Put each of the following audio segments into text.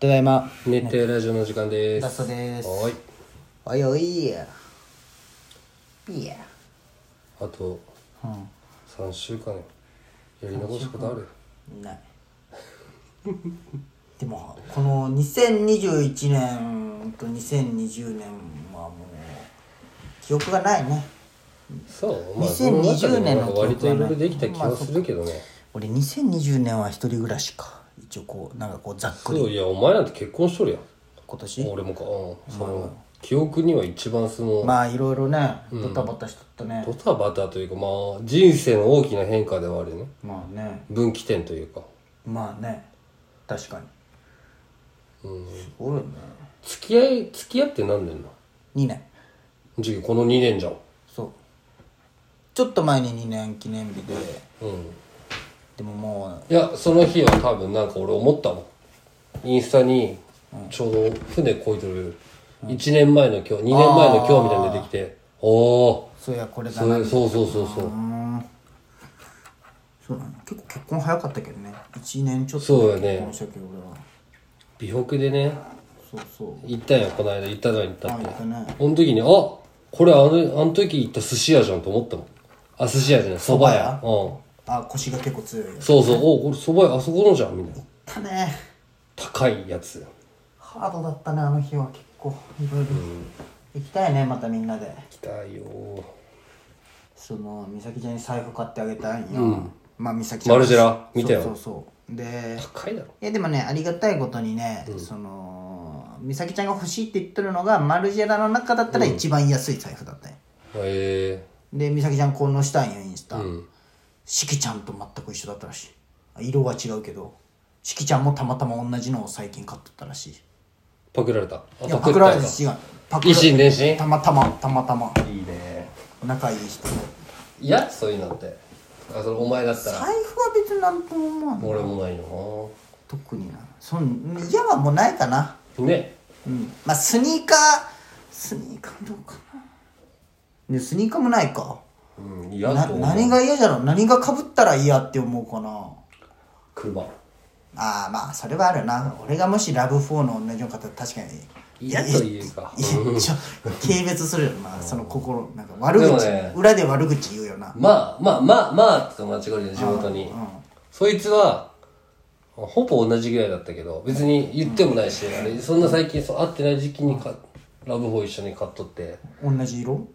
ただいま熱帯ラジオの時間です。ラストですはーい。おいおいやいやあとう三週間やり残すことある？んない でもこの2021年と2020年はもう記憶がないねそう。まあ2020年のそ中でも割といろいろできた気がするけどね。俺2020年は一人暮らしか一応こうなんかこうざっくそうりいやお前なんて結婚しとるや今ん。年俺もか。うん。その記憶には一番そのまあいろいろねドタバタしとったねドタバタというかまあ人生の大きな変化ではあるよね。まあね分岐点というか。まあね確かにうん。すごいね付き合い付き合って何年なの？ 2年じゃあこの二年じゃん。そうちょっと前に2年記念日でうん。でももういやその日は多分なんか俺思ったもんインスタにちょうど船こいとる1年前の今日2年前の今日みたいなの出てきておおそういやこれだそなれそうそうそうそうそうなの結構結婚早かったけどね1年ちょっそうとだでね結婚したけど俺は美北でねそうそう行ったんやこの間行ったじゃん行ったっあて行ったねその時にあこれあのあの時行った寿司屋じゃんと思ったもんあ寿司屋じゃないそば屋うあ腰が結構強いやんつそうそうおこれそば屋あそこのじゃんみたたいなね高いやつハードだったねあの日は結構いろいろ行きたいねまたみんなで来たよその美咲ちゃんに財布買ってあげたいんよ、まあ美咲マルジェラ見たよそうそうそうで高いだろいやでもねありがたいことにね、その美咲ちゃんが欲しいって言ってるのがマルジェラの中だったら一番安い財布だったよ、へで美咲ちゃんこのしたんよインスタ、えうんしきちゃんと全く一緒だったらしいあ色は違うけどしきちゃんもたまたま同じのを最近買っとったらしいパクられたあいやパパククったらやれつたか違うパ一心伝心たまたまたまたまいいね仲いい人いやそういうのってあそれお前だった財布らは別になんとも思わない俺もないよ特になそん嫌はもうないかななねうんまあスニーカースニーカーどうかなねスニーカーもないかうん嫌なと思う何が嫌じゃろう何がかぶったら嫌って思うかな車ああまあそれはあるな俺がもしラブ4の同じような方確かに嫌というかいやちょ軽蔑するよ なその心なんか悪でも口、ね裏で悪口言うよなまあまあまあまあって間違えるよ地元にそいつはほぼ同じぐらいだったけど別に言ってもないし、あれそんな最近そう会ってない時期にか、ラブホー一緒に買っとって同じ色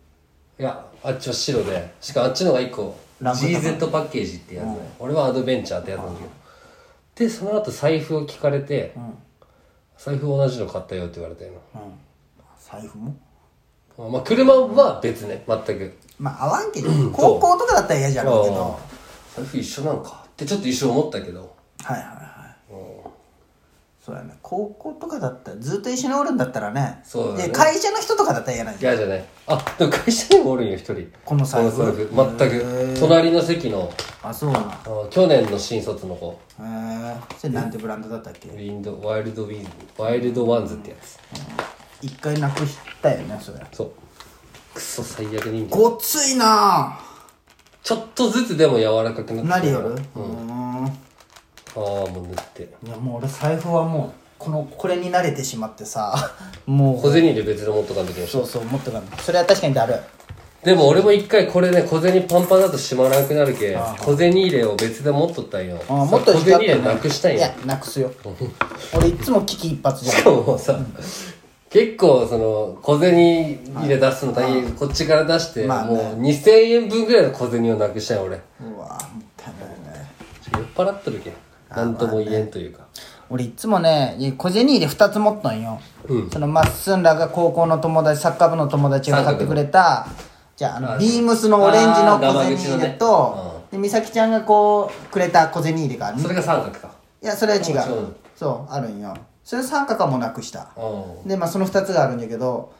いやあっちは白でしかもあっちのが1個ランク高い GZ パッケージってやつね、俺はアドベンチャーってやつなんだけど、でその後財布を聞かれて、財布同じの買ったよって言われたよな財布もまあまあ車は別ね全くまあ合わんけど高校とかだったら嫌じゃろうけどああ財布一緒なんかってちょっと一瞬思ったけどはいはいはいそうやね高校とかだったらずっと一緒におるんだったらねそうだねで会社の人とかだったら嫌なんじゃん嫌じゃないあでも会社にもおるんよ一人この財布全く隣の席のあそうなあの去年の新卒の子へえそれなんてブランドだったっけウィンドワイルドウィンワイルドワンズってやつ、一回なくしたよねそれそうクソ最悪人間ごついなちょっとずつでも柔らかくなってきたなりよるうーんああもう塗っていやもう俺財布はもうこのこれに慣れてしまってさ もう小銭入れ別の持っとかんときましそょうそう持ってかんのそれは確かにだるいでも俺も一回これね小銭パンパンだとしまらなくなるけ小銭入れを別で持っとったんよあもっと小引き銭あっ入れなくしたんいよやなく すよ俺いつも危機一髪じゃんしかもさ結構その小銭入れ出すの大変こっちから出してまあねもう2000円分ぐらいの小銭をなくしたんよ俺うわもったいないね酔っ払っとるけんなんとも言えんというか俺いつもねいや小銭入れ2つ持っとんよ、うんそのまっすんらが高校の友達サッカー部の友達が買ってくれたじゃああのビームスのオレンジの小銭入れあー生口のと、ねで美咲ちゃんがこうくれた小銭入れがあるそれが三角かいやそれは違あそううそうあるんよそれ三角はもうなくしたうでまあその2つがあるんだけど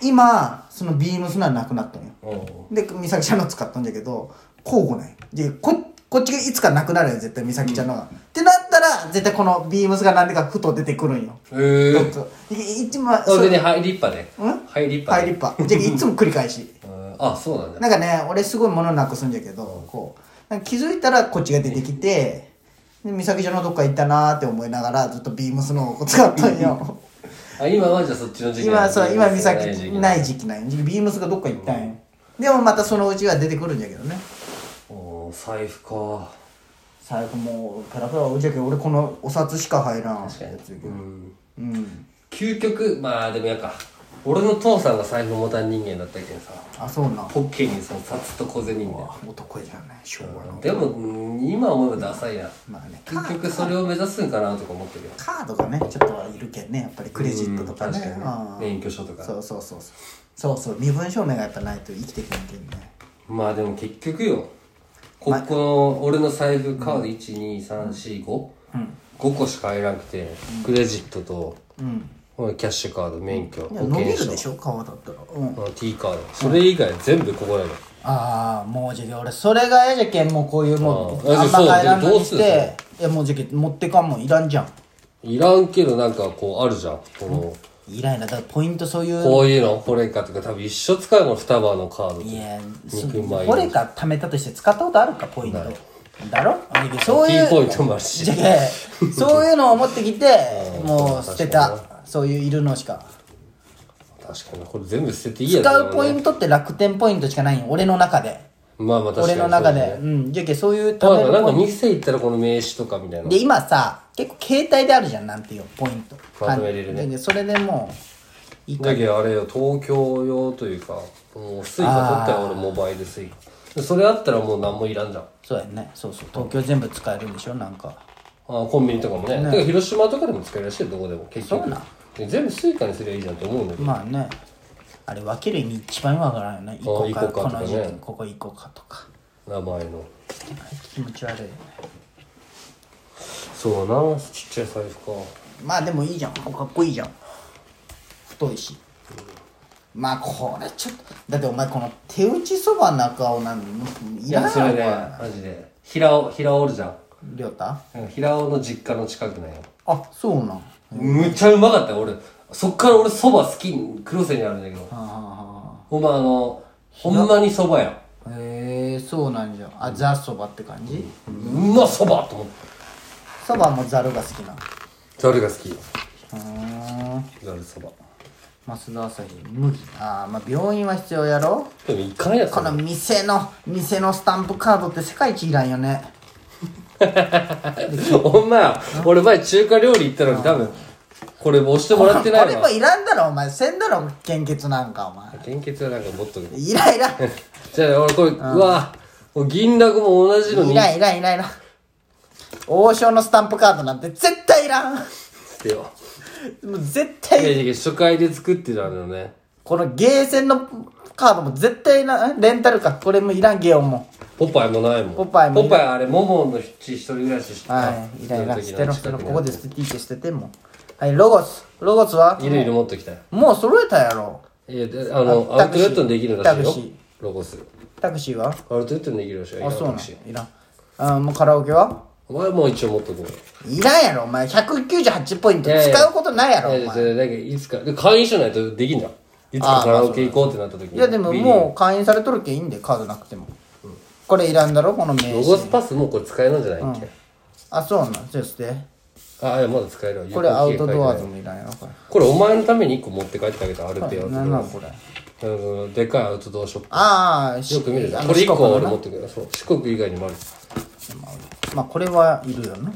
今そのビームスのはなくなったんよんうんで美咲ちゃんの使ったんだけど交互ねでここっちがいつかなくなるよ絶対美咲ちゃんのが、ってなったら絶対このビームスが何でかふと出てくるんよええそうい一番小それ銭入りっぱねうん入りっぱね入りっぱじゃあいつも繰り返しうんあそうなんだなんかね俺すごい物なくすんだけどこうなんか気づいたらこっちが出てきてで美咲ちゃんのどっか行ったなーって思いながらずっとビームスの方を使ったんよあ今はじゃあそっちの時期今そう今美咲時期ない時期ないビームスがどっか行ったんよでもまたそのうちは出てくるんじゃけどねおー財布か財布もうペラペラ落ちゃけど俺このお札しか入らん確かにうんうん究極まあでもやか俺の父さんが財布持たん人間だったけどさあそうなんポッケにその札と小銭みたいな男じゃない昭和のでもうん今思えばダサいなまあねカ結局それを目指すんかなとか思ってるよカードがねちょっとはいるけんねやっぱりクレジットとかねうん確あかあに免許証とかそうそうそうそうそうそう身分証明がやっぱないと生きていけんけんねまあでも結局よここの俺の財布カード12345うん5個しか入らなくてクレジットとうんほらキャッシュカード免許いや保伸び険る証でしょ顔だったらうんうん T カードそれ以外全部ここだよああもうじゃけ俺それがええじゃけんもうこういうもうあああんまそう買えらんのどうにすしるていやもうじゃけ持ってかんもんいらんじゃんいらんけどなんかこうあるじゃんこのいらんいらんだからポイントそういうこういうのこれかとか多分一生使うもん双葉のカードいとや肉まんこれか貯めたとして使ったことあるかポイントだろじゃけそう T いうポイントもあるしじゃけそういうのを持ってきてもう捨てたそういういるのしか確かにこれ全部捨てていいやつ使だもんうポイントって楽天ポイントしかないん俺の中でまあまあ確か俺にの中そうだでねうんじゃけそういうまあ貯めるなんポかイン店行ったらこの名刺とかみたいトなで今さ結構携帯であるじゃんなんていうポイントまとめれるねじゃけそれでもういいかだけどあれよ東京用というかもうスイカ取ったよ俺モバイルスイカでそれあったらもう何もいらんじゃんそうやねそうそう東京全部使えるんでしょなんかあコンビニとかもねてか広島とかでも使えるらしいよどこでも結局そうなんで全部スイカにすりゃいいじゃんと思うんだけど、まあねあれ分ける意味一番わからんよね行こうあか行こうかことかのね時期ここ行こうかとか名前の気持ち悪いよねそうなちっちゃい財布かまあでもいいじゃんここかっこいいじゃん太いしまあこれちょっとだってお前この手打ちそば中をなんいいらやないそれねマジで平尾平尾おるじゃんりょうたなんか平尾の実家の近くなんよあそうなんはむっちゃうまかったよ俺そっから俺そば好き黒瀬にあるんだけどあはほんまあのほんまにそばやあはあへえそうなんじゃあザそばって感じうまそばと思ってそばもザルが好きなザルが好きうーんザルそば増田朝日麦ああまあ病院は必要やろでもいかんやつ この店の店のスタンプカードって世界一いらんよねほんまや俺前中華料理行ったのに多分これ押してもらってなこいれわもいらんだろお前せんだろ献血なんかお前献血はなんかもっといら いらじゃあ俺これうわもう銀だこも同じのいにらいらいらいら王将のスタンプカードなんて絶対いらんもってよう絶いや対いや初回で作ってたのねこのゲーセンのカードも絶対いらんレンタルかこれもいらんゲオンもポパイもないもんポパイもいるポパイあれモモのち一人暮らししてはいいらいら捨てろ捨てろここです捨てていいって捨ててもうはいロゴスロゴスはいろいろ持ってきたよもう揃えたやろいやであのあアウトレットにできるらしタいよクシーロゴスタクシーはアウトレットにできるらしいよあそうなタのクシーいらんあもうカラオケはお前もう一応持っとこういらんやろお前198ポイントいやいや使うことないやろおいや前いやなんかいつかで会員証ないとできんじゃんいつかカラオケ行こうってなった時にいやでもビリもう会員されとるけんいいんでカードなくても、これいらんだろこの名ロゴ刺スパスもうこれ使えるんじゃないっけ、あそうなんそうしてあいやまだ使えるわこれアウトドアーズ有効期限書いてないもいらんやろこれこれお前のために1個持って帰ってあげたアルペアなんなんこれのでかいアウトドアショッああプよく見るじゃあんのこれ1個は四俺国の持なってくるそう四国以外にもあるまあこれはいるよな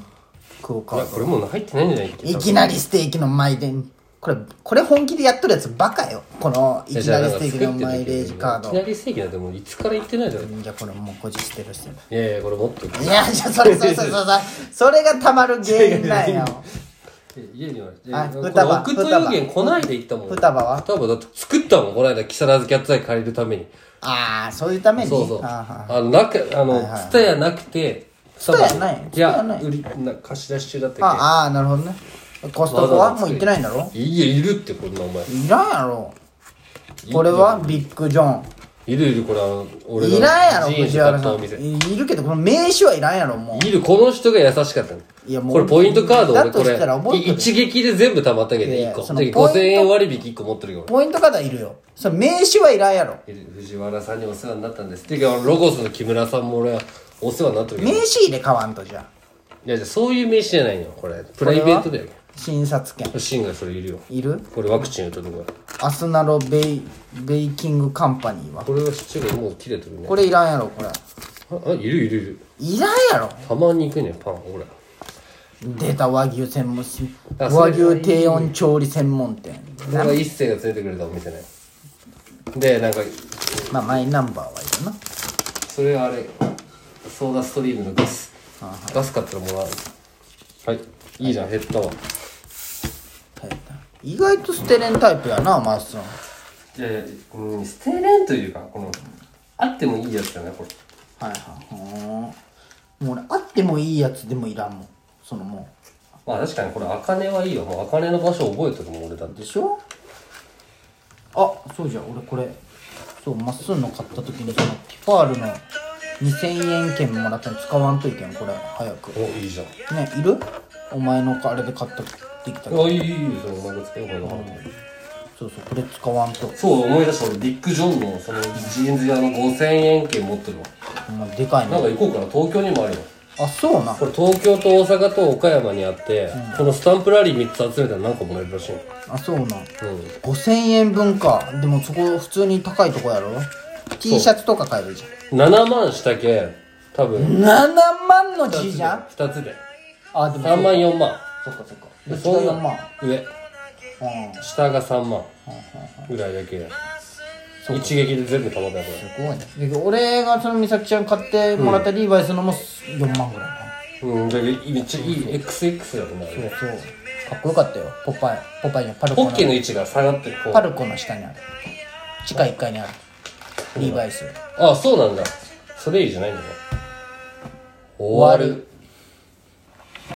クオいカやーこれもう入ってないんじゃないっけドいきなりステーキのマイレンこれこれ本気でやっとるやつバカよこのいきなりステーキのマイレージカーいドきなりステーキなんてもういつから行ってないじゃんいじゃあこれもうこじ捨てる捨てるやいやこれ持っとくいやじゃあそれそれそれそれそれがたまる原因なんよえ家にはえあこれ双葉送っといげんこないで行ったもん双葉は双葉だって作ったもんこの間木更津キャッツアイ借りるためにああそういうためにそうそうああのなくあのツタヤなくて双葉にツタヤないいツタヤやない売りな貸し出し中だったっーああーなるほどねコスけトコはもう行ってないんだろいやいるってこんなお前いらんやろこれはビッグジョンいるいるこれあの俺のいらんやろジーンズ藤買原っさたおん店いるけどこの名刺はいらんやろもういるこの人が優しかったのいやもうこれポイントカード俺だとしたら覚これえてる一撃で全部貯まったけどいやいや1個そのでポイント5000円割引1個持ってるよ俺ポイントカードはいるよその名刺はいらんやろいる藤原さんにお世話になったんですっていうかロゴスの木村さんも俺はお世話になってるけ名ど刺入れ買わんとじゃあいやじゃあそういう名刺じゃないのよこれプライベートだよ診察券シンがそれいるよいるこれワクチン打っとくからアスナロベイベイキングカンパニーはこれは七がもう切れてるねこれいらんやろこれああいるいるいるいらんやろたまに行くねパン俺出た和牛専門しあ和それ牛低温調理専門店なんか一星が連れてくれたお店ねでなんかまあマイナンバーはいるなそれはあれソーダストリームのガスガス買ったらもらうはいいいじゃん減ったわはい意外とステレンタイプやなマースさんいやいやうん捨てれんというかこのあってもいいやつだねこれはいはいもう俺あってもいいやつでもいらんもんそのもまあ確かにこれ茜はいいよもう茜の場所覚えてるもん俺だっうてでしょあそうじゃん俺これそうまっすぐの買った時にそのティファールの2000円券もらったの使わんといけんこれ早くおいいじゃんねいるお前のあれで買ったってきたけどあいいいいいいそのお前がつけようかなと思ってそうそうこれ使わんとそう思い出した俺ディック・ジョンのそのジーンズ屋の5000円券持ってるわお前でかいななんか行こうかな東京にもあるわあそうなこれ東京と大阪と岡山にあって、このスタンプラリー3つ集めたら何個もらえるらしいのあそうなうん5000円分かでもそこ普通に高いとこやろ T シャツとか買えるじゃん7万したけ多分7万の G じゃん2つであでも3万4万そっかそっかでそんなそんまな上うん下が3万ぐらいだけ一撃で全部たまったよこすごいねで俺がその美咲ちゃん買ってもらったリーバイスのも4万ぐられうんだけどめっちゃいい XX だと思ういなそうそうかっこよかったよポパイポパイのパルコポのッケの位置が下がってるこパうルコの下にある地下1階にあるリーバイスあそうなんだそれ以上じゃないんだね終わる